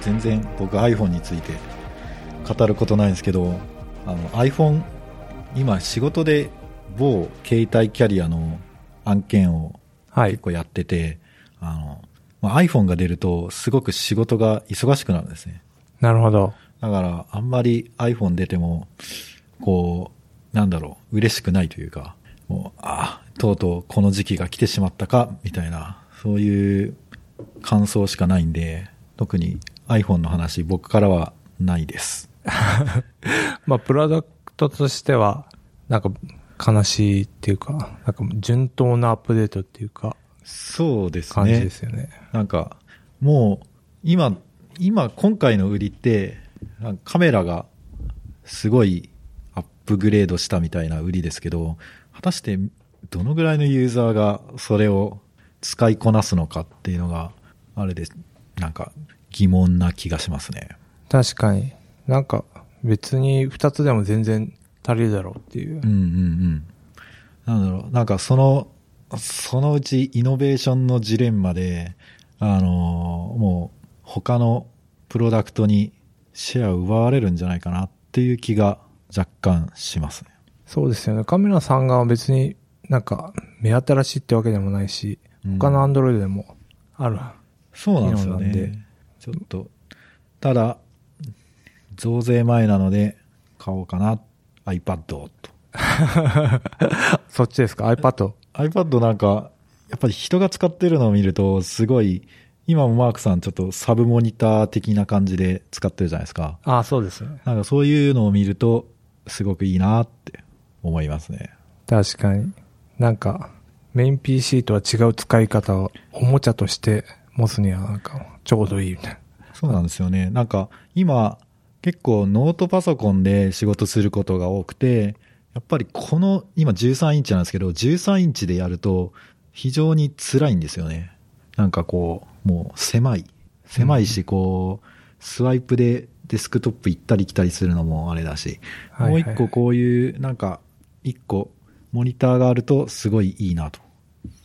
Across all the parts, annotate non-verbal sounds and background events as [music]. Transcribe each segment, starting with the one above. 全然僕 iPhone について語ることないんですけどあの iPhone 今仕事で某携帯キャリアの案件をはい結。構やってて、あのまあ iPhone が出るとすごく仕事が忙しくなるんですねなるほど。だからあんまり iPhone 出てもこうなんだろう嬉しくないというかもうああとうとうこの時期が来てしまったかみたいなそういう感想しかないんで特に iPhone の話僕からはないですまあ、プロダクトとしては、なんか、悲しいっていうか、なんか、順当なアップデートっていうか、そうです感じねですよね。なんか、もう、今、今、今回の売りって、なんかカメラがすごいアップグレードしたみたいな売りですけど、果たしてどのぐらいのユーザーがそれを使いこなすのかっていうのが、あれです。なんか疑問な気がしますね。確かに。なんか、別に2つでも全然足りるだろうっていう。うんうんうん。なんだろう、なんかその、そのうちイノベーションのジレンマで、あのーもう他のプロダクトにシェアを奪われるんじゃないかなっていう気が若干しますね。そうですよね。カメラさんが別になんか目新しいってわけでもないし、うん他のアンドロイドでもあ [laughs] る。そうなんですよイオンなんでね。ちょっと、ただ、増税前なので買おうかな、iPad をと。そっちですか ?iPad? iPad なんか、やっぱり人が使ってるのを見ると、すごい、今もマークさんちょっとサブモニター的な感じで使ってるじゃないですか。ああ、そうですね。なんかそういうのを見ると、すごくいいなって思いますね。確かに。なんか、メイン PC とは違う使い方をおもちゃとして持つにはなんかちょうどいいみたいな。そうなんですよね。なんか今、結構ノートパソコンで仕事することが多くて、やっぱりこの、今13インチなんですけど、13インチでやると非常に辛いんですよね。なんかこう、もう狭い。狭いし、こう、スワイプでデスクトップ行ったり来たりするのもあれだし、はいはいもう一個こういう、なんか、一個モニターがあるとすごいいいなと。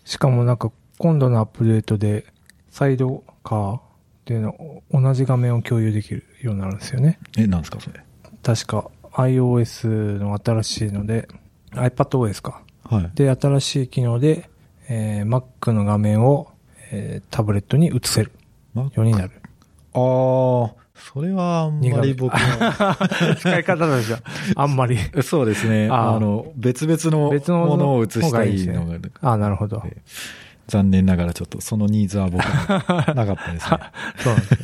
しかもなんか今度のアップデートでサイドカーっていうの同じ画面を共有できるようになるんですよね。え、なんですかそれ。確か iOS の新しいので iPadOS か。はい。で、新しい機能で、えー Mac の画面を、えータブレットに映せるまように [laughs] なる。ああ、それはあんまり僕は。使い方としては、 [laughs] あんまり。そうですね。ああーの、別々の別のものを映したい方のがが、いいですねああ、なるほど。え残念ながらちょっとそのニーズは [laughs] 僕はなかったですね。そうなんですね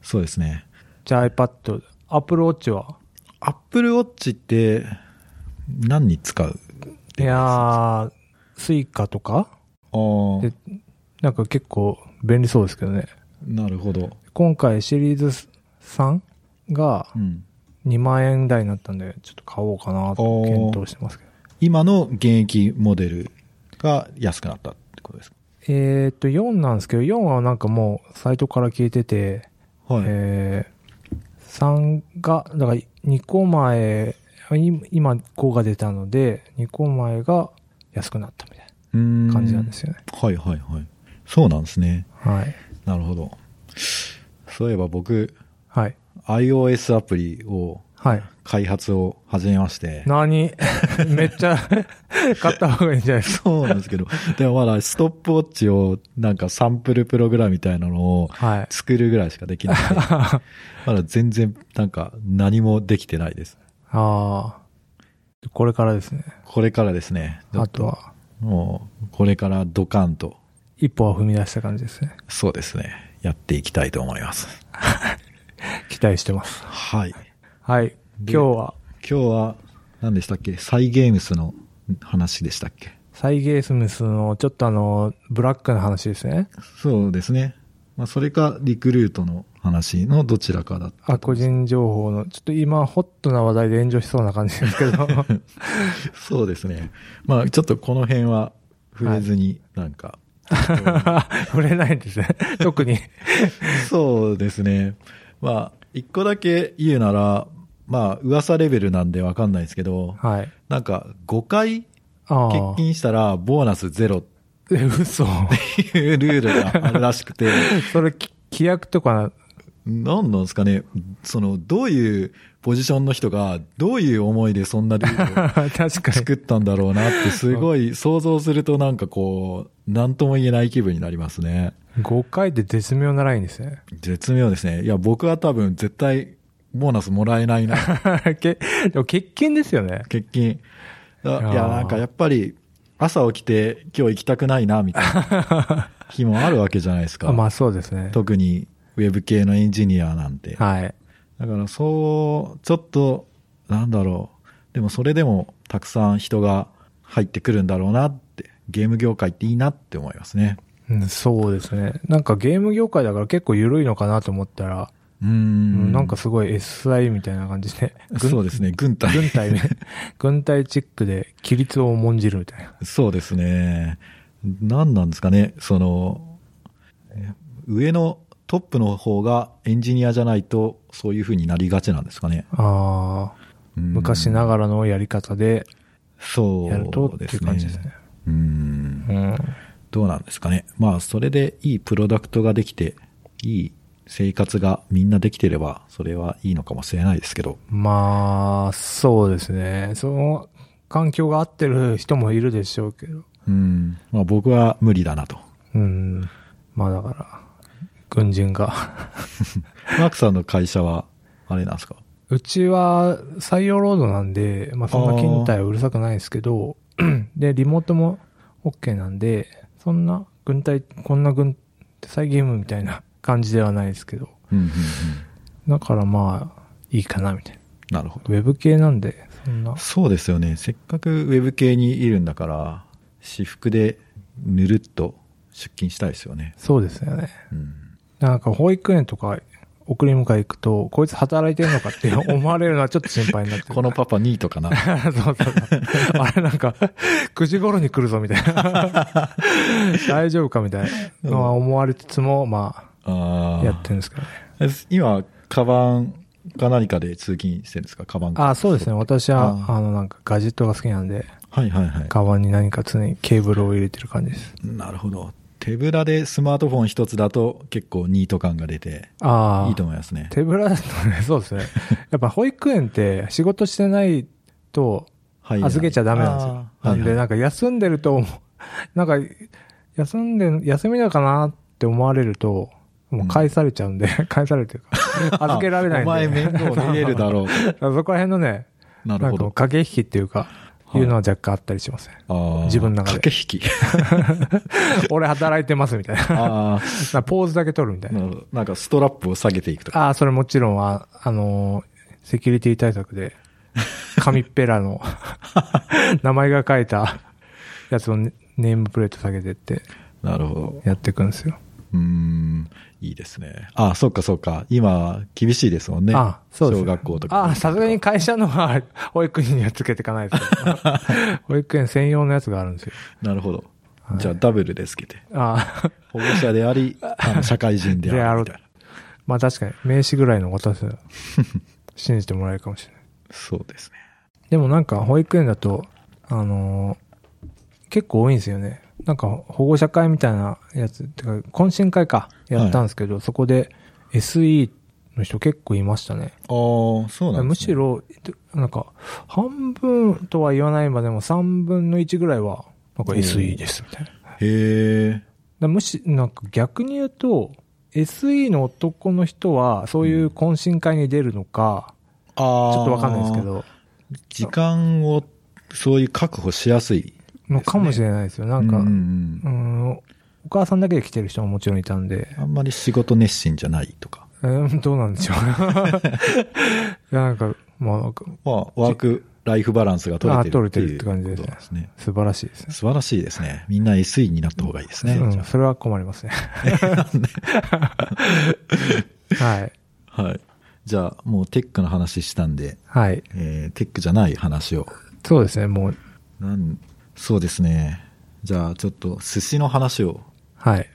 そうですね。じゃあ iPad、Apple Watch は Apple Watch って何に使ういやー、スイカとかあーでなんか結構便利そうですけどね。なるほど。今回シリーズ3がうん2万円台になったんで、ちょっと買おうかなと検討してますけど。今の現役モデルが安くなったってことですかえーっと、4なんですけど、4はなんかもうサイトから消えてて、はい。えー、3が、だから2個前、い今5が出たので、2個前が安くなったみたいうーな感じなんですよね。はいはいはい。そうなんですね。はい。なるほど。そういえば僕、はい。 iOS アプリを、はい。開発を始めまして。何 [laughs] めっちゃ買った方がいいんじゃないですか。そうなんですけど、でもまだストップウォッチを、なんかサンプルプログラムみたいなのを [laughs] はい。作るぐらいしかできないんで [laughs] あまだ全然、なんか何もできてないです。あー。これからですね。これからですね。ちょあっとは、もう、これからドカンと、一歩は踏み出した感じですね。そうですね。やっていきたいと思います。期待してます。はい。はい。で今日は、今日は、何でしたっけサイゲームスの話でしたっけサイゲースミスの、ちょっとあの、ブラックな話ですね。そうですね。まあ、それか、リクルートの話のどちらかだったあ、個人情報の、ちょっと今、ホットな話題で炎上しそうな感じですけど。そうですね。まあ、ちょっとこの辺は触れずに、なんか、 [laughs] [laughs] 触れないんですね。特に。そうですね。まあ、一個だけ言うなら、まあ、噂レベルなんでわかんないですけど、はい。なんか、5回あ欠勤したら、ボーナスゼロっあ。 [laughs] え嘘。ていうルールがあるらしくて、それ、き規約とか、なんなんですかね、その、どういうポジションの人が、どういう思いでそんなルー [laughs] ルを確かに。作ったんだろうなって、すごい想像するとなんかこう、なんとも言えない気分になりますね。 5回で絶妙なラインですね。絶妙ですね。いや、僕は多分絶対ボーナスもらえない [laughs] な、 [laughs] けでも欠勤ですよ [laughs] ね。欠勤。だあーいや、なんかやっぱり、朝起きて今日行きたくないな、みたい [laughs] な日もあるわけじゃないですか。あまあそうですね。特にウェブ系のエンジニアなんて。はい。だからそう、ちょっと、なんだろう。でもそれでもたくさん人が入ってくるんだろうなって、ゲーム業界っていいなって思いますね。うんそうですね。なんかゲーム業界だから結構緩いのかなと思ったら、ううんん。なんか、すごい SI みたいな感じ [laughs] で、そうですね、軍隊。軍隊ね、 [laughs] 軍隊チックで規律を重んじるみたいな。そうですね。何なんですかね、その、え上のトップの方がエンジニアじゃないと、そういう風になりがちなんですかね。ああ、うん昔ながらのやり方でそうやるとってでいうす感じですね。うんう。ん。どうなんですかね。まあ、それでいいプロダクトができて、いい生活がみんなできてれば、それはいいのかもしれないですけど。まあ、そうですね。その環境が合ってる人もいるでしょうけど。うん。まあ、僕は無理だなと。うん。まあだから、軍人が。 [laughs] マークさんの会社は、あれなんですかうちは採用労働なんで、まあそんな勤怠はうるさくないですけど、で、リモートも OK なんで、そんな軍隊、こんな軍隊ゲームみたいな感じではないですけど、うんうんうん。だからまあ、いいかなみたいな。なるほど。ウェブ系なんで、そんな。そうですよね。せっかくウェブ系にいるんだから、私服でぬるっと出勤したいですよね。そうですよね。うん。なんか保育園とか送り迎え行くと、こいつ働いてんのかって [laughs] 思われるのはちょっと心配になってくるこのパパニートかな。そうそうそう。あれなんか、9時 [laughs] 頃に来るぞみたいな。 [laughs] 大丈夫かみたいなのは思われつつも、まああ、ーやってるんですけどね。今、カバンか何かで通勤してるんですかカバンかあそうですね。私は、ああの、なんかガジェットが好きなんで、はいはいはい。カバンに何か常にケーブルを入れてる感じです。なるほど。手ぶらでスマートフォン一つだと結構ニート感が出て、ああ。いいと思いますね。手ぶらだとね、そうですね。やっぱ保育園って仕事してないとはい預けちゃダメなんですよ。あーなんで、はいなんか休んでると、 [laughs] なんか、休んで、休みなのかなって思われると、もう返されちゃうんで、 [laughs] 返されてる [laughs] から。預けられないんで。あお前面倒見れるだろう。だから [laughs] そこら辺のね、なるなんほかど。駆け引きっていうか、いいうのは若干あったりしますね。 [laughs] あー自分の中で駆け引き。俺働いてますみ [laughs] たいな。あなんかポーズだけ取るみたいあ、なな。るほどなんかストラップを下げていくとか。ああ、それもちろんは、あのーセキュリティ対策 [laughs] で、紙っぺらの [laughs] 名前が書いたやつをネネームプレート下げてってなるほど。やっていくんですよ。うーん、いいですね。ああ、そっかそっか。今、厳しいですもんね。あそうです小学校とか。ああ、さすがに会社のは [laughs] 保育園にはつけてい [laughs] かないですけど保育園専用のやつがあるんですよ。なるほど。じゃあ、ダブルですけて。ああ、保護者であ [laughs] り、あの社会人ででああるろみうたいな。まあ確かに名刺ぐらいの私は信じてもらえるかもしれない。そうですね。でもなんか保育園だと、あのー結構多いんですよね。なんか保護者会みたいなやつ、てか懇親会か、やったんですけど、そこで SE の人結構いましたね。ああ、そうなんです、ね、むしろ、なんか、半分とは言わないまでも3分の1ぐらいは、なんか SE ですみたいな。へえ。だむし、なんか逆に言うと、SE の男の人は、そういう懇親会に出るのか、ああ。ちょっとわかんないですけ。ど、時間を、そういう確保しやすい。のかもしれないですよ。なんか、ううんん、お母さんだけで来てる人ももちろんいたんで、あんまり仕事熱心じゃないとか。えーどうなんでしょう。い [laughs] や、なんか、まあ、なんかまあ、ワーク、ライフバランスが取れてる。あ取れてるって感じですねことなんですね。素晴らしいですね。素晴らしいですね。みんな SE になった方がいいですね。うん、それは困ります [laughs] ね。はい。はい。じゃあ、もうテックの話したんで、はい。えー、テックじゃない話を。そうですね、もう、なんそうですね。じゃあ、ちょっと寿司の話をはい。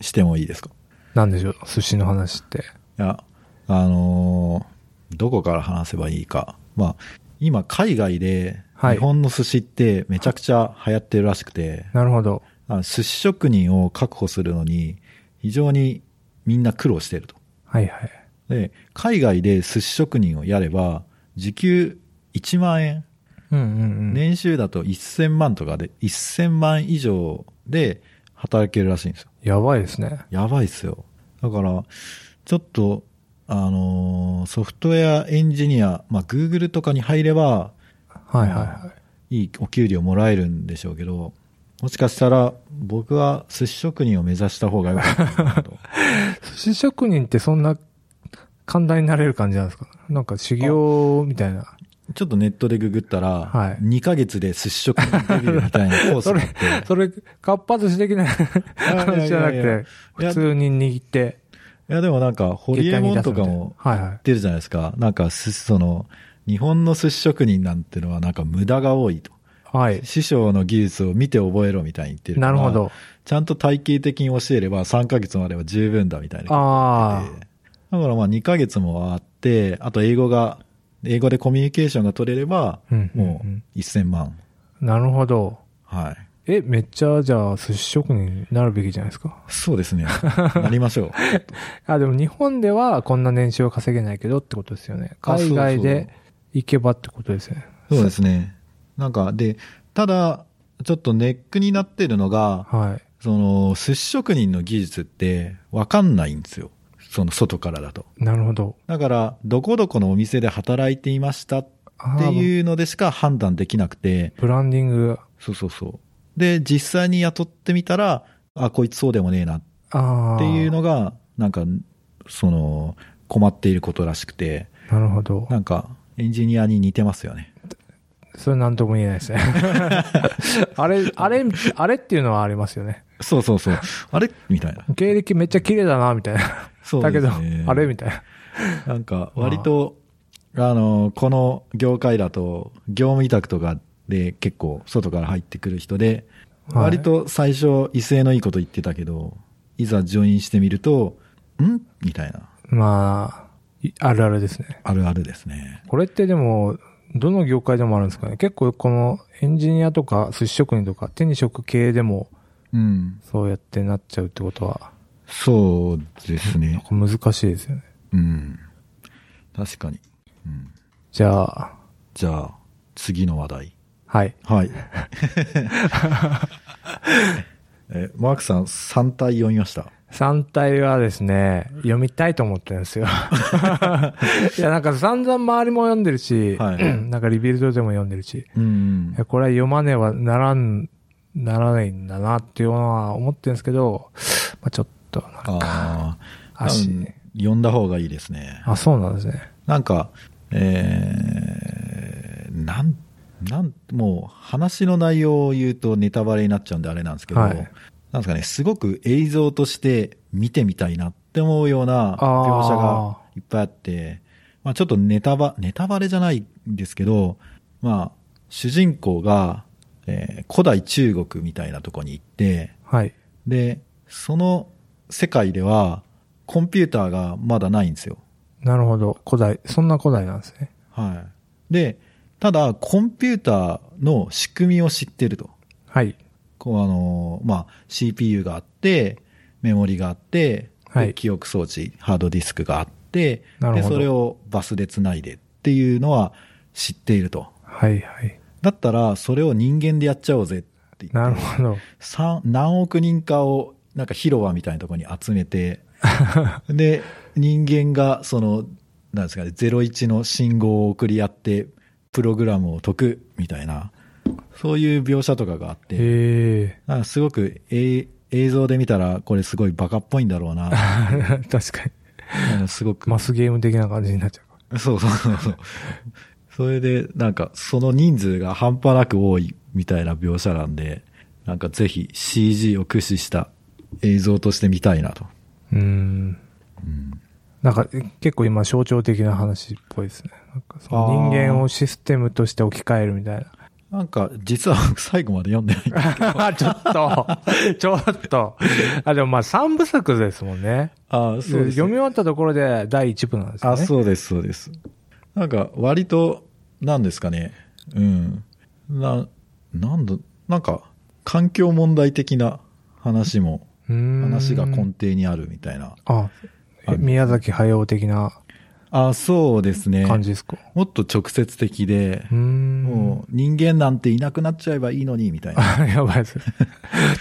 してもいいですかなんでしょう、寿司の話って。いや、あのーどこから話せばいいか。まあ、今、海外で、はい日本の寿司ってめちゃくちゃ流行ってるらしくて、なるほど。あの寿司職人を確保するのに、非常にみんな苦労してると。はいはい。で、海外で寿司職人をやれば、時給1万円、うんうんうん。。年収だと1000万とかで、1000万以上で働けるらしいんですよ。やばいですね。やばいっすよ。だから、ちょっと、あのーソフトウェアエンジニア、まあ、Google とかに入れば、はいはいはいいお給料もらえるんでしょうけど、もしかしたら、僕は寿司職人を目指した方が良かったのかな [laughs] と。い。寿司職人ってそんな簡単になれる感じなんですかなんか修行みたいな。ちょっとネットでググったら、はい2ヶ月で寿司職人デビューみたいなコース [laughs] そがれあって。い、それ、かっぱ寿司的 [laughs] な話じゃなやいやいくて、や普通に握って、やでもなんか、ホリエモンとかもはいはい言っ。てるじゃないですか。なんか、すその、日本の寿司職人なんてのはなんか無駄が多いと。はい。師匠の技術を見て覚えろみたいに言ってるかなら。るほ。ど。ちゃんと体系的に教えれば3ヶ月までは十分だみたいな。あだからまあ2ヶ月もあって、あと英語が、英語でコミュニケーションが取れれば、あ。うんもうんう1000万。うんなるほど。はい。え、めっちゃ、じゃあ、寿司職人になるべきじゃないですか。そうですね。 [laughs] なりましょう。あ、でも日本ではこんな年収は稼げないけどってことですよね。あ海外で行けばってことですよね。そうですね。なんか、で、ただ、ちょっとネックになってるのが、はい。その、寿司職人の技術って、わかんないんですよ。その、外からだと。なるほど。だから、どこどこのお店で働いていましたっあてーいうのでしか判断できなくて、ブランディング、そうそうそう。で、実際に雇ってみたら、あ、こいつそうでもねえなっああ。ていう。のが、なんか、その、困っていることらしくて、なるほど。なんか、エンジニアに似てますよね。それなんとも言えないで [laughs] すね。あれ、あれ、あれっていうのはありますよね。そうそうそう。あれみたいな。経歴めっちゃ綺麗だな、みたいな。そうだけですど、ね。あれみたいな。なんか、割と、あの、この業界だと、業務委託とかで結構外から入ってくる人で、はい割と最初威勢のいいこと言ってたけど、いざジョインしてみると、んみたいな。まあ、いあるあるですね。あるあるですね。これってでも、どの業界でもあるんですかね。結構このエンジニアとか寿司職人とか手に職系でもうん。そうやってなっちゃうってことは、そうですなんね。か難しいですよね。うん。確かに。うん、じゃあ、じゃあ、次の話題。はい。 [laughs] はい。え、マークさん3体読みました。 3体はですね、読みたいと思ってるん [laughs] ですよ。いや、なんか散々周りも読んでるし、はい [clears throat] なんかリビルドでも読んでるし、いうんやこれは読まねばならん、ならないんだなっていうのは思ってるんですけど、まあ、ちょっとなんか、ああ、足多分読んだ方がいいですね。あ、そうなんですね。なんか、えー、なん、なん、もう話の内容を言うとネタバレになっちゃうんであれなんですけど、はいなんですかね、すごく映像として見てみたいなって思うようなあー描写がいっぱいあって、まあちょっとネタバ、ネタバレじゃないんですけど、まあ主人公が、えー古代中国みたいなとこに行って、はい。で、その世界では、コンピューターがまだないんですよ。なるほど。古代、そんな古代なんですね。はい。で、ただ、コンピューターの仕組みを知ってると。はい。こう、あのー、まあ、CPU があって、メモリがあって、ではい記憶装置、ハードディスクがあって、なるで、ほどそれをバスで繋いでっていうのは知っていると。はいはい。だったら、それを人間でやっちゃおうぜって言ってなるほど。三何億人かをなんか広場みたいなところに集めて、で、人間がその、なんですかね、01の信号を送り合って、プログラムを解くみたいな、そういう描写とかがあって、 [laughs] へえ。なんかすごく、えー映像で見たらこれすごいバカっぽいんだろう [laughs] な、確かに。なんかすごく。マスゲーム的な感じになっちゃうか。そうそうそうそう。それで、なんか、その人数が半端なく多いみたいな描写なんで、なんかぜひ CG を駆使した映像として見たいなと。うーん。うん、なんかえ結構今象徴的な話っぽいですね。なんかその人間をシステムとして置き換えるみたいなんか、実は最後まで読んでない。 [laughs] な。 [laughs] ちょっと、 [laughs] ちょっと。あ、でもまあ3部作ですもんね。ああ、読み終わったところで第1部なんですね。あ、そうです、そうです。なんか、割と、なんですかね。うん。な、なんだ、なんか、環境問題的な話も、うーん。話が根底にあるみたいな。あ、ある宮崎駿的なあ、そうですね。感じですか、もっと直接的でう、ーん。もう人間なんていなくなっちゃえばいいのに、みたい [laughs] な。あ [laughs] やばいです。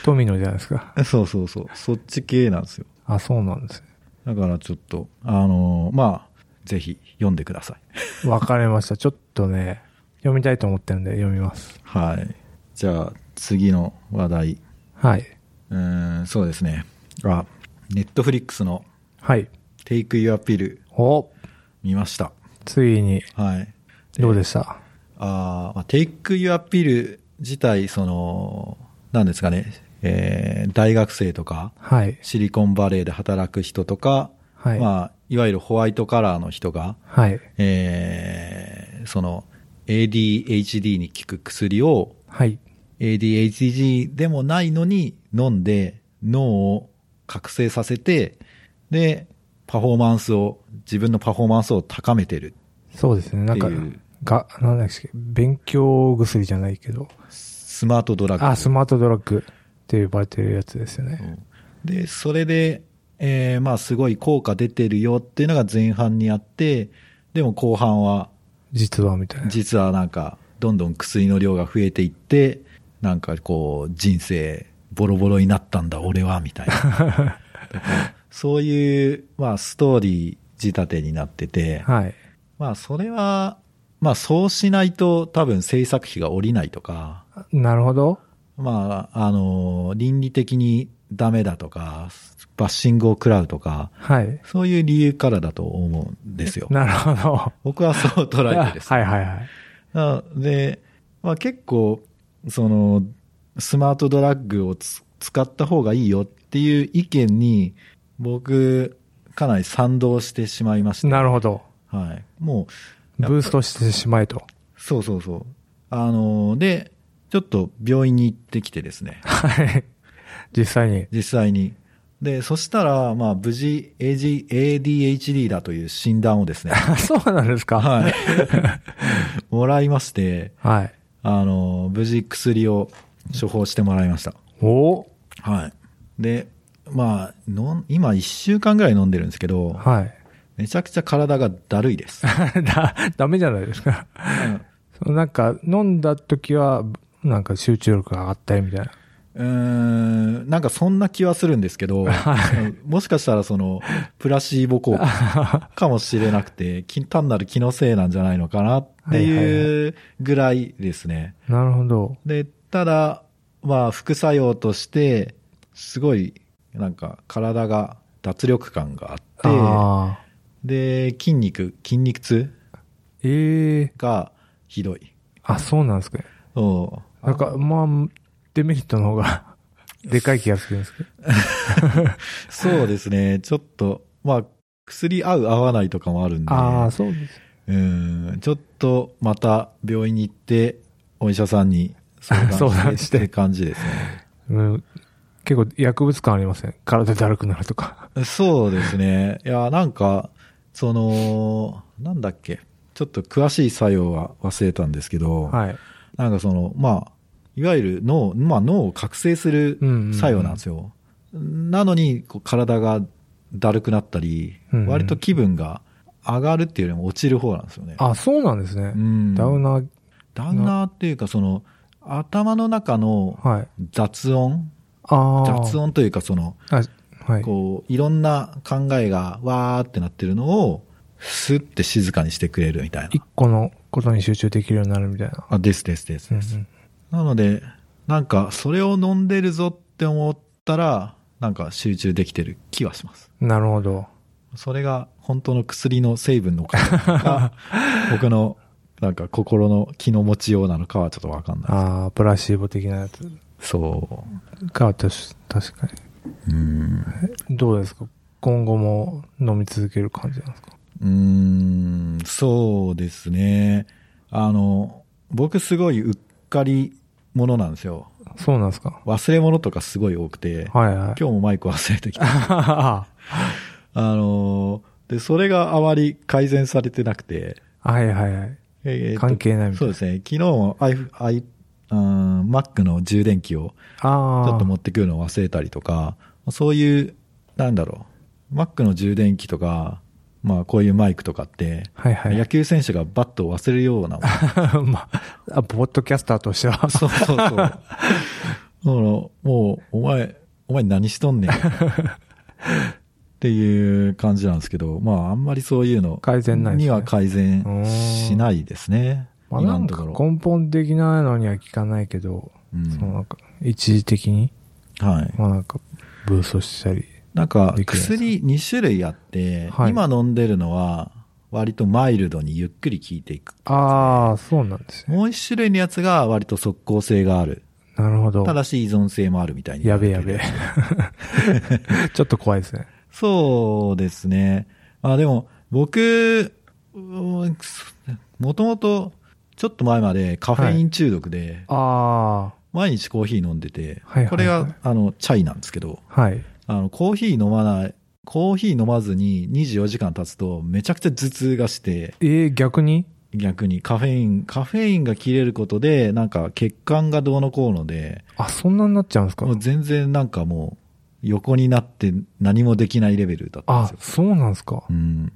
富野じゃないですか。そうそうそう。そっち系なんですよ。あ、そうなんですだからちょっと、あのーまあ、ぜひ読んでください。ね。わかりました。ちょっとね、読みたいと思ってるんで読みます。はい。じゃあ、次の話題。はい。うーん、そうですね。あ、ネットフリックスのはい。 Take Your Pill お見ました。ついに、はい。どうでしたあーまあ、Take Your Pill 自体、その、なんですかね、えー大学生とか、はい。シリコンバレーで働く人とか、はい。まあ、いわゆるホワイトカラーの人が、はい。えーその、ADHD に効く薬を、はい。 ADHD でもないのに飲んで、脳を覚醒させて、で、パフォーマンスを、自分のパフォーマンスを高めてる。そうですね。なんかっていう、が、なんだっけ、勉強薬じゃないけど。スマートドラッグ。あ、スマートドラッグって呼ばれてるやつですよね。で、それで、えーまあ、すごい効果出てるよっていうのが前半にあって、でも後半は、実はみたいな。実はなんか、どんどん薬の量が増えていって、なんかこう、人生、ボロボロになったんだ、俺は、みたいな。そういう、まあ、ストーリー仕立てになってて、はい。まあ、それは、まあ、そうしないと多分制作費が下りないとか、なるほど。まあ、あの、倫理的にダメだとか、バッシングを食らうとか、はい。そういう理由からだと思うんですよ。なるほど。僕はそう捉えてです。 [laughs] はいはいはい。なので、まあ、結構、その、スマートドラッグをつ使った方がいいよっていう意見に、僕、かなり賛同してしまいました。なるほど。はい。もう、やっぱブーストしてしまえと。そうそうそう。あの、で、ちょっと病院に行ってきてですね、はい。実際に。実際に。で、そしたら、まあ、無事、AG ADHD だという診断をですね、あ、 [laughs] そうなんですかはい。もらいまして、はい。あの、無事薬を処方してもらいました。おはい。で、まあ、のん今1週間ぐらい飲んでるんですけど、はい。めちゃくちゃ体がだるいです。 [laughs] だ、ダメじゃないですか。そのなんか、飲んだ時は、なんか集中力が上がったりみたいな。うーん、なんかそんな気はするんですけど、もしかしたらその、プラシーボ効 [laughs] 果かもしれなくて、き単なる気のせいなんじゃないのかなっていうぐらいですね。なるほど。で、ただ、まあ、副作用として、すごい、なんか、体が脱力感があっああ。て、で、筋肉、筋肉痛ええがひどい。あ、そうなんですかね。そなんか、まあ、デメリットの方が、 [laughs] でかい気がするんですけど。うそうです [laughs] ね、ちょっと、まあ、薬合う合わないとかもあるんで、ああ、そうです。うん、ちょっとまた病院に行って、お医者さんに相 [laughs] 相談談ししててって感じですね。うん、結構薬物感ありません。体だるくなるとか。そうですね。いや、なんか、その、なんだっけ。ちょっと詳しい作用は忘れたんですけど、はい。なんかその、まあ、いわゆる脳、まあ脳を覚醒するうんうんうん作用なんですよ。なのに、こう体がだるくなったり、うんうん割と気分が上がるっていうよりも落ちる方なんですよね。あ、そうなんですねう。ん、ダウナー、ダウナーっていうか、その、頭の中のはい。雑音、ああ。雑音というか、その、あ、はい。こう、いろんな考えがわーってなってるのを、スッて静かにしてくれるみたいな一。個のことに集中できるようになるみたいな。あ、ですですですうんうでんす。なので、なんか、それを飲んでるぞって思ったら、なんか集中できてる気はします。なるほど。それが本当の薬の成分のおかげなの [laughs] か、僕のなんか心の気の持ちようなのかはちょっとわかんないでああ、プラシーボ的なやつす。そか、私、確かう。うん。に。どうですか今後も飲み続ける感じなんですかうーん、そうですね。あの、僕すごいうっかり者なんですよ。そうなんですか忘れ物とかすごい多くて、はいはい。今日もマイク忘れてきた。 [laughs] はあのーで、それがあまり改善されてなくて、いはいはい。えーと関係ないみたそいうな。ですね。昨日も i、i、うん Mac の充電器をあちあ。ょっと持ってくるのを忘れたりとか、そういう、なんだろう。 Mac の充電器とか、まあこういうマイクとかって、はいはい。野球選手がバットを忘れるようなもの。[laughs] まあ、ポッドキャスターとしては [laughs] そうそうそう。だから、もう、お前、お前何しとんねん。っていう感じなんですけど、まあ、あんまりそういうの改善ないですにねは改善しないですね。まあ、今なのんとかころ。根本的なのには聞かないけど、うんそのなんか一時的に、はい。まあなんか、ブーストしたり。なんかできるやつ薬2種類あって、はい今飲んでるのは割とマイルドにゆっくり効いていく。ああ、そうなんですね。もう1種類のやつが割と即効性がある。なるほど。ただし依存性もあるみたいに。やべえやべえ。 [laughs] ちょっと怖いです [laughs] ね。そうですね。あでも、僕、うんもともと、ちょっと前までカフェイン中毒で、あ毎日コーヒー飲んでて、はいはいはいこれが、あの、チャイなんですけど、あ、はい。あの、コーヒー飲まない、コーヒー飲まずに24時間経つと、めちゃくちゃ頭痛がして、えー、逆に逆にカフェイン、カフェインが切れることで、なんか血管がどうのこうので、あ、そんなになっちゃうんですかもう全然なんかもう、横になって何もできないレベルだったんであすよ、。そうなんですかう。ん。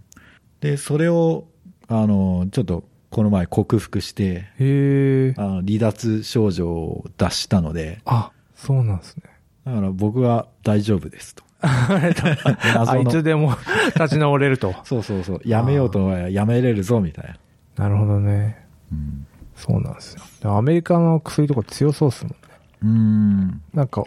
で、それを、あの、ちょっと、この前克服して、へえ。あの離脱症状を脱したので、あ、そうなん [laughs] ですね。だから僕は大丈夫ですと。あ謎いつの。で [laughs] も立ち直れると。そうそうそう。やめようと思えばやめれるぞ、みたいな。なるほどね。うん。そうなんですよ。でアメリカの薬とか強そうっすもんね。うんなんか、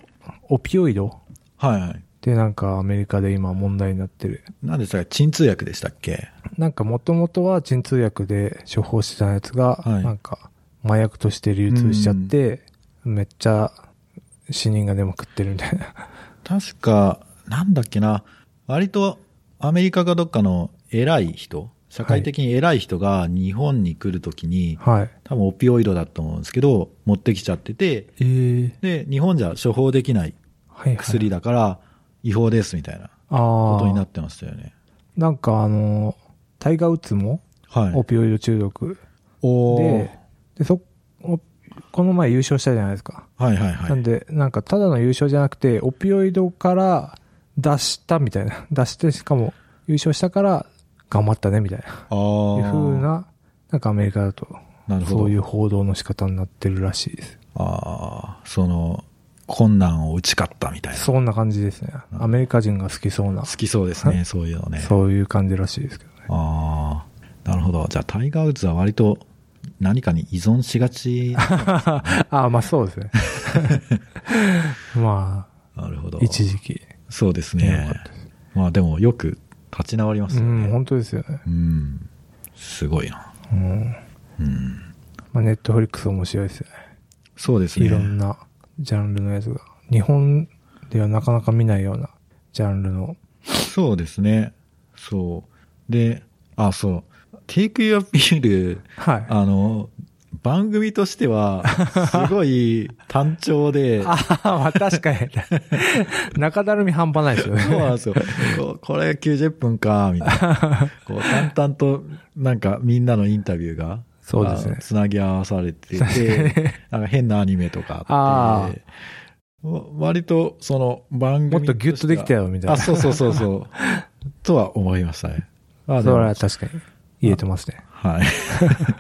オピオイドはいはい。ってなんかアメリカで今問題になってる。何でしたっけ鎮痛薬でしたっけなんかもともとは鎮痛薬で処方してたやつが、はいなんか麻薬として流通しちゃって、めっちゃ死人が出まくってるみたいな。 [laughs] 確か、なんだっけな、割とアメリカかどっかの偉い人、社会的に偉い人が日本に来るときに、はい。多分オピオイドだと思うんですけど、持ってきちゃってて、えー、で、日本じゃ処方できないはいはい。薬だから違法ですみたいなあことになあっ。てましたよね。なんかあの、タイガーウッズもはい。オピオイド中毒おーで、で、そ、おこの前優勝したじゃないですか。はいはいはなんい。で、なんかただの優勝じゃなくて、オピオイドから脱したみたいな。 [laughs] 脱して、しかも優勝したから頑張ったねみたいな。あいう風ーな、なんかアメリカだと、なるほど。そういう報道の仕方になってるらしいです。ああ、その、困難を打ち勝ったみたいな。そんな感じですね。アメリカ人が好きそうな好、きそうですね、そういうのね。そういう感じらしいですけどね。ああ、なるほど。じゃあタイガー・ウッズは割と何かに依存しが [laughs] ち。ああ、まあそ [laughs] うですね。まなるほあど、。一時期。そうですやばねかったで。まあでもよく立ち直りますうよん、ね。本当ですよね。うん。すごいな。うん。うん。まあネットフリックス面白いですよね。そうですね。いろんなジャンルのやつが。日本ではなかなか見ないようなジャンルの。そうですね。そう。で、あ、そう。Take Your Pill、はい。あの、番組としては、すごい単調で、あ [laughs] あ、まあ確かに。 [laughs] 中だるみ半端ないですよそうね。なんですよ。ここれ90分か、みたいな。こう、淡々と、なんかみんなのインタビューが、そうですねあのつなぎ合わされてて、なんか変なアニメとかあって、わ割と、その番組してはもっとギュッとできたよみたいなあ、そうそうそうそう。とは思いましたね。あそれは確かに言えてますね。はい。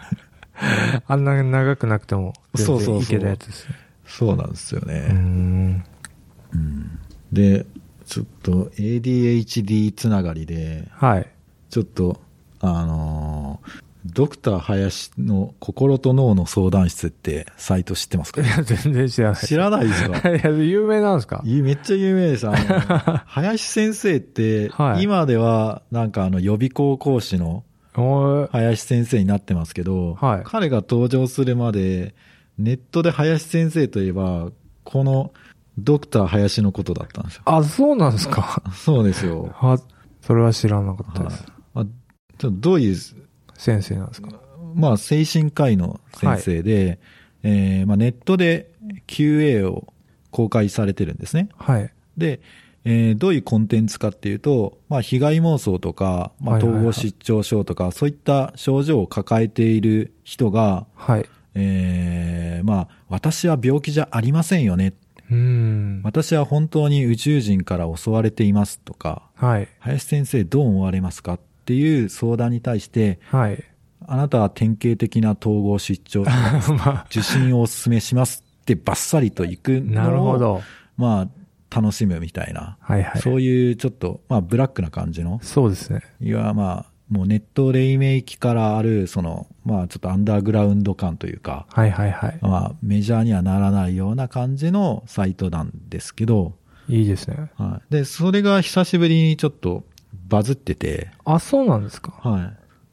[laughs] あんなに長くなくても、そうそうそういけたやつですね。そうなんですようね。ーん。で、ちょっと ADHD つながりで、はい。 [laughs] ちょっと、あのードクター林の心と脳の相談室ってサイト知ってますかいや、全然知らな [laughs] い。知らないですかい。や、有名なんですか [laughs] いめっちゃ有名です。あ [laughs] の、林先生って、はい今ではなんかあの予備校講師のおー林先生になってますけど、はい彼が登場するまで、ネットで林先生といえば、このドクター林のことだったんですよ。あ、そうなんですか。そうです [laughs] よ。は、それは知らなかったはでいす。あちょっとどういう先生なんですかまあ、精神科医の先生で、えーまあ、ネットで QA を公開されてるんですね。はい。で、えーどういうコンテンツかっていうと、まあ、被害妄想とか、まあ、はいは統いはい合失調症とか、そういった症状を抱えている人が、はい。えーまあ、私は病気じゃありませんよね。ううん。私は本当に宇宙人から襲われていますとか、はい。林先生どう思われますかっていう相談に対して、 [laughs] はい。あなたは典型的な統合失調まあ、受診をお勧めしますってバッサリと行くのをなるほど。まあ、楽しむみたいな、はいはい。そういうちょっと、まあ、ブラックな感じの、そうですね。いや、まあ、もうネット黎明期からある、その、まあ、ちょっとアンダーグラウンド感というか、はいはいはい。まあ、メジャーにはならないような感じのサイトなんですけど、いいですね。はい。で、それが久しぶりにちょっとバズってて、あ、そうなんですか。は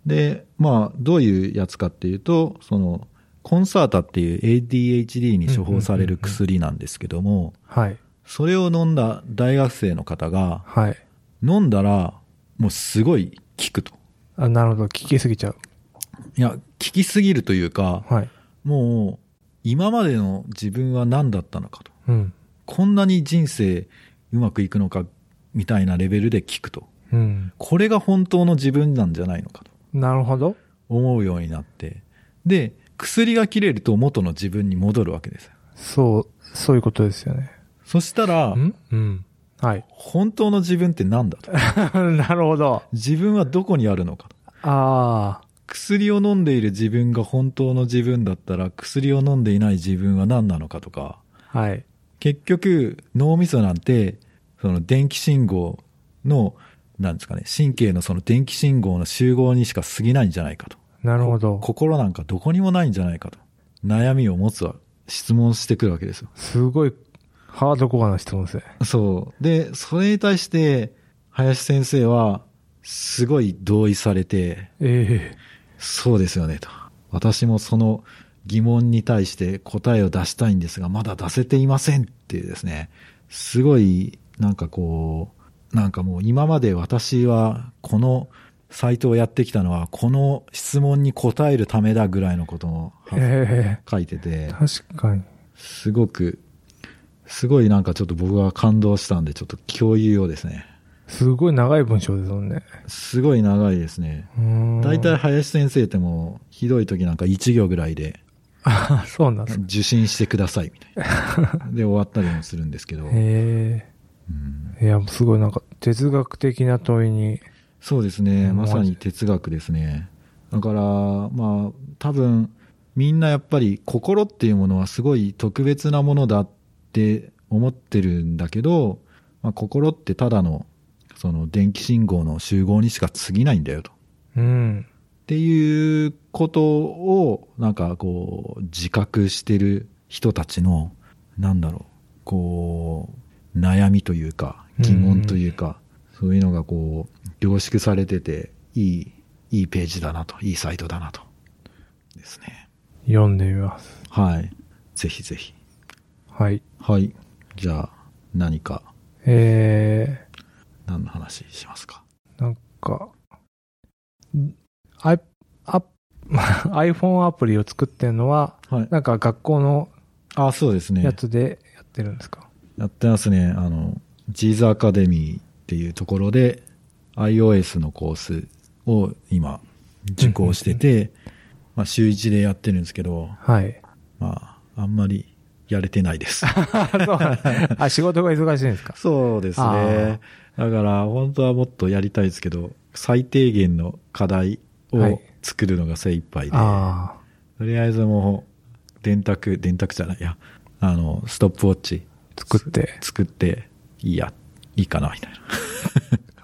い。で、まあ、どういうやつかっていうと、その、コンサータっていう ADHD に処方される薬なんですけども、はい。それを飲んだ大学生の方が、はい。飲んだら、もうすごい効くと。あ、なるほど。聞きすぎちゃう。いや、効きすぎるというか、はい。もう、今までの自分は何だったのかと。うん。こんなに人生うまくいくのか、みたいなレベルで効くと。うん。これが本当の自分なんじゃないのかとなるほど。思うようになって。で、薬が切れると元の自分に戻るわけですよ。そう、そういうことですよね。そしたら、んうん。はい。本当の自分って何だと。 [laughs] なるほど。自分はどこにあるのかと。ああ。薬を飲んでいる自分が本当の自分だったら、薬を飲んでいない自分は何なのかとか、はい。結局、脳みそなんて、その電気信号の、なんですかね、神経のその電気信号の集合にしか過ぎないんじゃないかと。なるほど。心なんかどこにもないんじゃないかと。悩みを持つわ、質問してくるわけですよ。すごい、ハードコアな質問ですね。そう。で、それに対して、林先生は、すごい同意されて、えそうですよね、と。私もその疑問に対して答えを出したいんですが、まだ出せていませんっていうですね、すごい、なんかこう、なんかもう今まで私はこのサイトをやってきたのは、この質問に答えるためだぐらいのことをええ書いててえ、確かに。すごく、すごいなんかちょっと僕は感動したんで、ちょっと共有をですね、すごい長い文章ですもんね。すごい長いですね。うーん大体。林先生ってもう、ひどい時なんか1行ぐらいで、あそうなんですか。受信してくださいみたいな。で、終わったりもするんですけど。えうんえいや、すごいなんか、哲学的な問いに。そうですね。うんまさに哲学ですね。だから、まあ、多分、みんなやっぱり心っていうものはすごい特別なものだって思ってるんだけど、まあ、心ってただの、その電気信号の集合にしか過ぎないんだよと。うん。っていうことを、なんかこう、自覚してる人たちの、なんだろう、こう、悩みというか、疑問というか、そういうのがこう、凝縮されてて、いい、いいページだなと、いいサイトだなと。ですね。読んでみます。はい。ぜひぜひ。はい。はい。じゃあ、何か、え何の話しますか。ー、なんか、んアイアッ [laughs] iPhone アプリを作ってるのは、はい。なんか学校のあ、そうですね。やつでやってるんですか、やってますね。あの、ジーズアカデミーっていうところで iOS のコースを今受講してて、まあ週1でやってるんですけど、 [laughs] はい。まああんまりやれてないです。あそうあ、仕事が忙しいんですか [laughs] そうですね。だから本当はもっとやりたいですけど、最低限の課題はいを作るのが精一杯で、ああ。とりあえずもう電卓、電卓じゃないや、あの、ストップウォッチ作って。作って、いいや、いいかな、みたいな。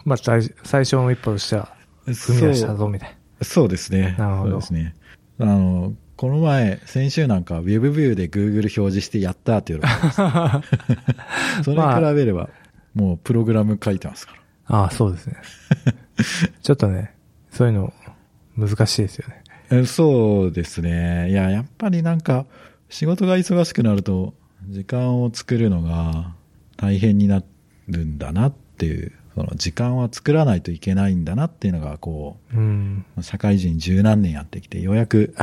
まあ、最最初の一歩としては、 [laughs] 踏み出したぞ、みたいそうですね。なるほどそうですね。あの、この前、先週なんか、ウェブビューで Google 表示してやったっていうの [laughs] [laughs] な。それに比べれば、もうプログラム書いてますから。ああ、そうですね。ちょっとね、そういうの、難しいですよね。えそうですね。いや、やっぱりなんか、仕事が忙しくなると、時間を作るのが大変になるんだなっていう、その時間は作らないといけないんだなっていうのが、こうん。う、社会人十何年やってきて、ようやく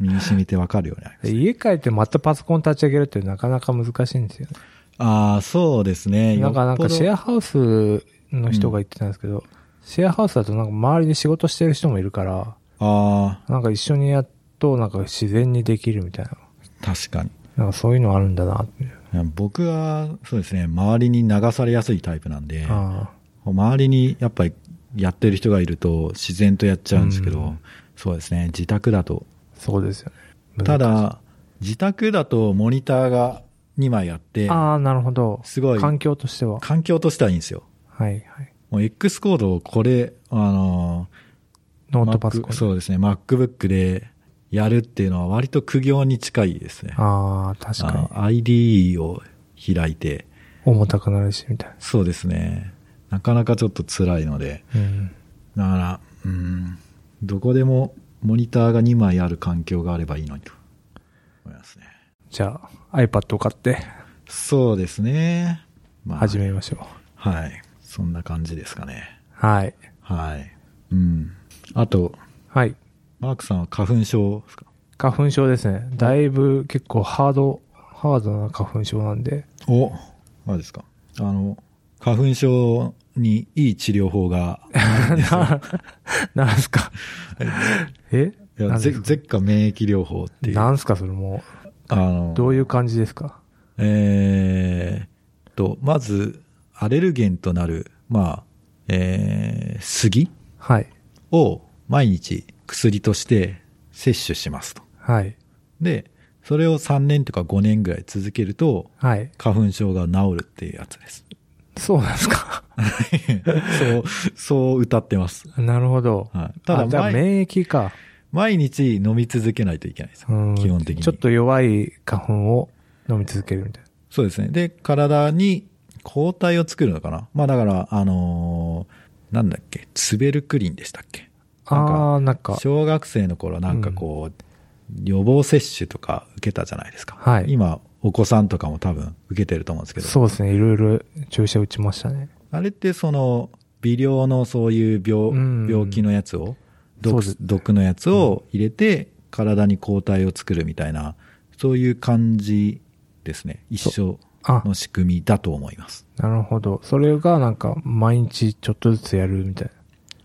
身に染みてわかるようになりましたで家帰ってまたパソコン立ち上げるってなかなか難しいんですよね。ああ、そうですね。なんか、なんかシェアハウスの人が言ってたんですけど、シェアハウスだとなんか周りで仕事してる人もいるから、ああなんか一緒にやっとなんか自然にできるみたいな。ー、確かに。なんかそういうのあるんだなっていう。僕は、そうですね、周りに流されやすいタイプなんで、あ周りにやっぱりやってる人がいると自然とやっちゃうんですけど、うんそうですね、自宅だと。あ、そうですよね。た難しだ、自宅だとモニターが2枚あってい、、ああ、なるほど。すごい環境としては。環境としてはいいんですよ。はいはい。もう X コードをこれ、あのーノートパソ Mac- コン。そうですね、MacBook でやるっていうのは割と苦行に近いですね。ああ、確かにあ。の IDE を開いて、重たくなるし、みたいそうですね、なかなかちょっと辛いので、な。うだん。から、うん、どこでもモニターが2枚ある環境があればいいのにと思いますね。じゃあ、iPad を買ってそうですね。ま始めましょう。はい。そんな感じですかね。はい。はい。うん。あと、はい。マークさんは花粉症ですか花粉症ですね。だいぶ結構ハード、ハードな花粉症なん [laughs] で。おあれですかあの、花粉症にいい治療法が、な、なんすか。えいや [laughs] なんゼですかッカ免疫療法っていう。なんすか、それもあのう。どういう感じですかえー、と、まず、アレルゲンとなる、まあ、えー、杉はい。を毎日薬として摂取しますと。はい。で、それを3年とか5年ぐらい続けると、はい。花粉症が治るっていうやつ [laughs] です。そうなんですか。そう、そう歌ってます。なるほど。はい、たただ、じゃあだ毎、免疫か。毎日飲み続けないといけないです。うん基本的に。ちょっと弱い花粉を飲み続けるみたいそうですね。で、体に抗体を作るのかなまあだから、あのーなんだっけ、ツベルクリンでしたっけな。なんかああー、なんか。小学生の頃なんかこう、予防接種とか受けたじゃないですか。はい今、お子さんとかも多分受けてると思うんですけど、そうですね。いろいろ注射打ちましたね。あれってその、微量のそういう病、うん病気のやつを、そう毒です毒のやつを入れて、体に抗体を作るみたいな、そういう感じですね。一緒あ、の仕組みだと思います。なるほど。それがなんか毎日ちょっとずつやるみたい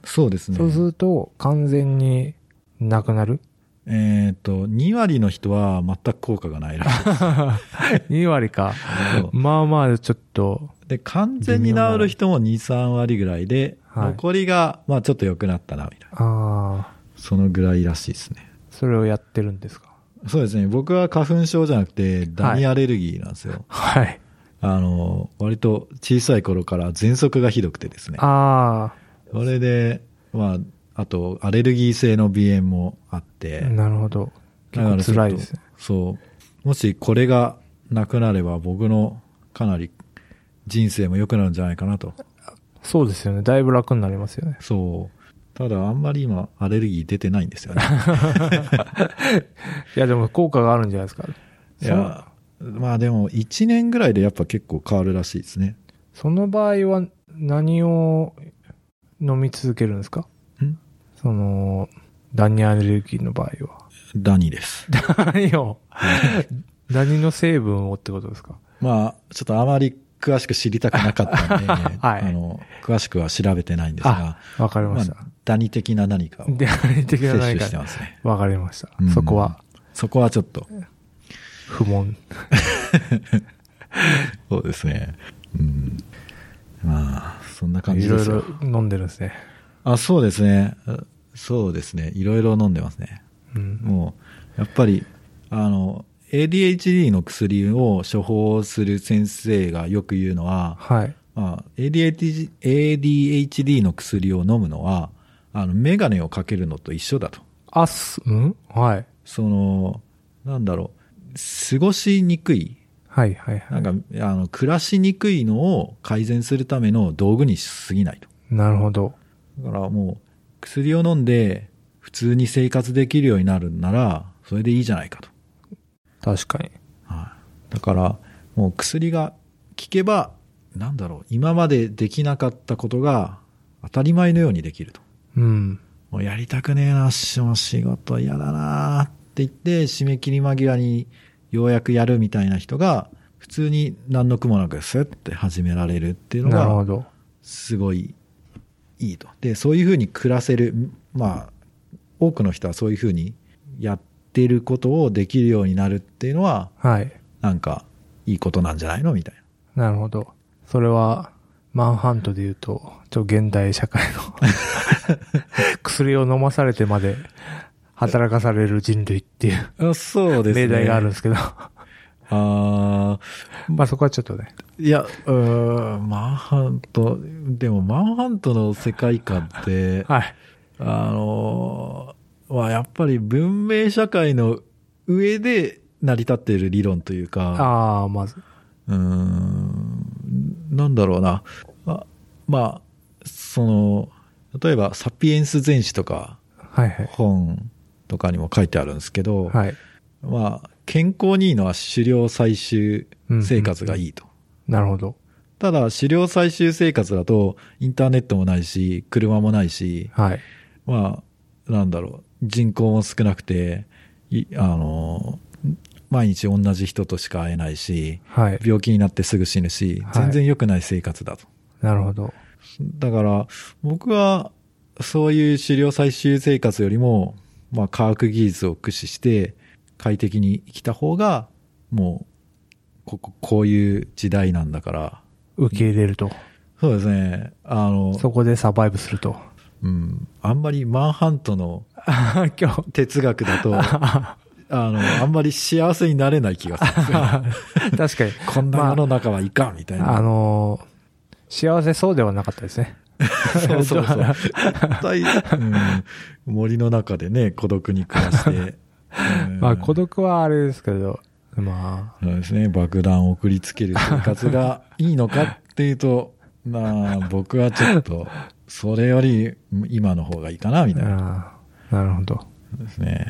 そうですな。ね。そうすると完全になくな [laughs] るえっ、と、2割の人は全く効果がないらしいです ?2 割か。 [laughs] そうまあまあちょっと、で、完全に治る人も2、3割ぐらいで、はい残りが、まあちょっと良くなったな、みたいな。ああ、そのぐらいらしいですね。それをやってるんですか。そうですね。僕は花粉症じゃなくて、ダニアレルギーなんですよ。はい。あの、割と小さい頃から喘息がひどくてですね。あそれで、まあ、あと、アレルギー性の鼻炎もあってあ、。なるほど。だから結構辛いですねちょっとそう。もしこれがなくなれば、僕のかなり人生も良くなるんじゃないかなと。そうですよね。だいぶ楽になりますよね。そう。ただ、あんまり今、アレルギー出てないんですよ [laughs] ね。 [laughs] いや、でも効果があるんじゃないですか。いそのや、まあでも、1年ぐらいでやっぱ結構変わるらしいですね。その場合は何を飲み続けるんですかんその、ダニアレルギーの場合は。ダニです。 [laughs] 何を [laughs] 何の成分をってことですかまあ、ちょっとあまり詳しく知りたくなかったんで、 [laughs] はあいの、詳しくは調べてないんですが、わかりまました。あ、ダニ的な何かをで、あれ的な摂何取かして。ますね。わかりましたうん。そこは、そこはちょっと、不問。そうですね。うん。まあ、そんな感いじろでいすよ。ろ飲んでるんですね。あ、そうですね。うそうですね。いろいろ飲んでますね。うん。もう、やっぱり、あの、ADHD の薬を処方する先生がよく言うのは、はい。まあ、ADHD, ADHD の薬を飲むのは、あの、メガネをかけるのと一緒だと。あす、うんはい。その、なんだろう、過ごしにくい、はいはいはなんか、あの、暮らしにくいのを改善するための道具にし過ぎないと。い。なるほど。だからもう、薬を飲んで、普通に生活できるようになるんなら、それでいいじゃないかと。確かに。はいだから、もう薬が効けば、なんだろう、今までできなかったことが当たり前のようにできると。うん。もうやりたくねえな、しもう仕事嫌だなって言って、締め切り間際にようやくやるみたいな人が、普通に何の苦もなくスッて始められるっていうのなるほが、ど。すごいいいと。で、そういうふうに暮らせる、まあ、多くの人はそういうふうにやってることをできるようになるっていうのは、はい。なんか、いいことなんじゃないのみたいな。なるほど。それは、マンハントで言うと、ちょ、現代社会の [laughs] 薬を飲まされてまで働かされる人類っていうあそうですね。。命題があるんですすけど、あまあそこはちょっとね、ーいや、うーん、マンハント、でもマンハントの世界観って、はい。あのーまあやっぱり文明社会の上で成り立っている理論というか、ああ、まず、うーん、なんだろうな。あまあ、その、例えばサピエンス全史とかはいはい。本とかにも書いてあるんですけど、はい。まあ、健康にいいのは狩猟採集生活がいいと。なるほど。ただ、狩猟採集生活だと、インターネットもないし、車もないし、はい。まあ、なんだろう、人口も少なくて、いあの、毎日同じ人としか会えないし、はい。病気になってすぐ死ぬしは、い全然良くない生活だと。なるほど。だから、僕は、そういう狩猟採集生活よりも、まあ、科学技術を駆使して、快適に生きた方が、もう、ここ、こういう時代なんだから、受け入れると。そうですね、あの、そこでサバイブすると。うん、あんまりマンハントの [laughs] 今 [laughs] 日。哲学だ [laughs] と、ああの、あんまり幸せになれない気がするんです [laughs] よ。確かに。こんな世の中はいかんみたいな。あのー幸せそうではなかったですね。 [laughs] そうそうそう。絶対、うん森の中でね、孤独に暮ら [laughs] して。うんまあ、孤独はあれですけど、まそうですね、爆弾を送りつける生活がいいのかっていう [laughs] と、まあ、僕はちょっと、それより今の方がいいかな、みあ、たいなああなるほど。ですね。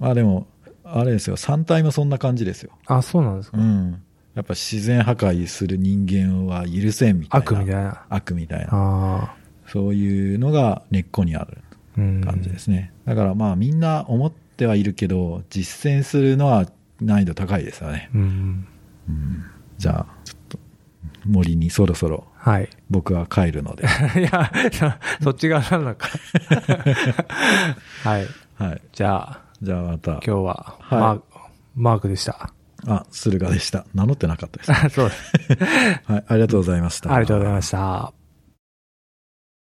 まあでも、あれですよ、山体もそんな感じですよ。あ、そうなんですか。うん。やっぱ自然破壊する人間は許せんみたいな。悪みたいな。悪みたいな。ああ、そういうのが根っこにあるうん。感じですね。だからまあみんな思ってはいるけど、実践するのは難易度高いですよね。うん。うん、じゃあ、ちょっと森にそろそろはい。僕は帰るので。 [laughs] いや、そっち側なのか。 [laughs] はい。はい。じゃあ、じゃあまた、今日は、はいマークマークでした。あ、駿河でした。名乗ってなかったです。そうです。はい、ありがとうございました。ありがとうございました。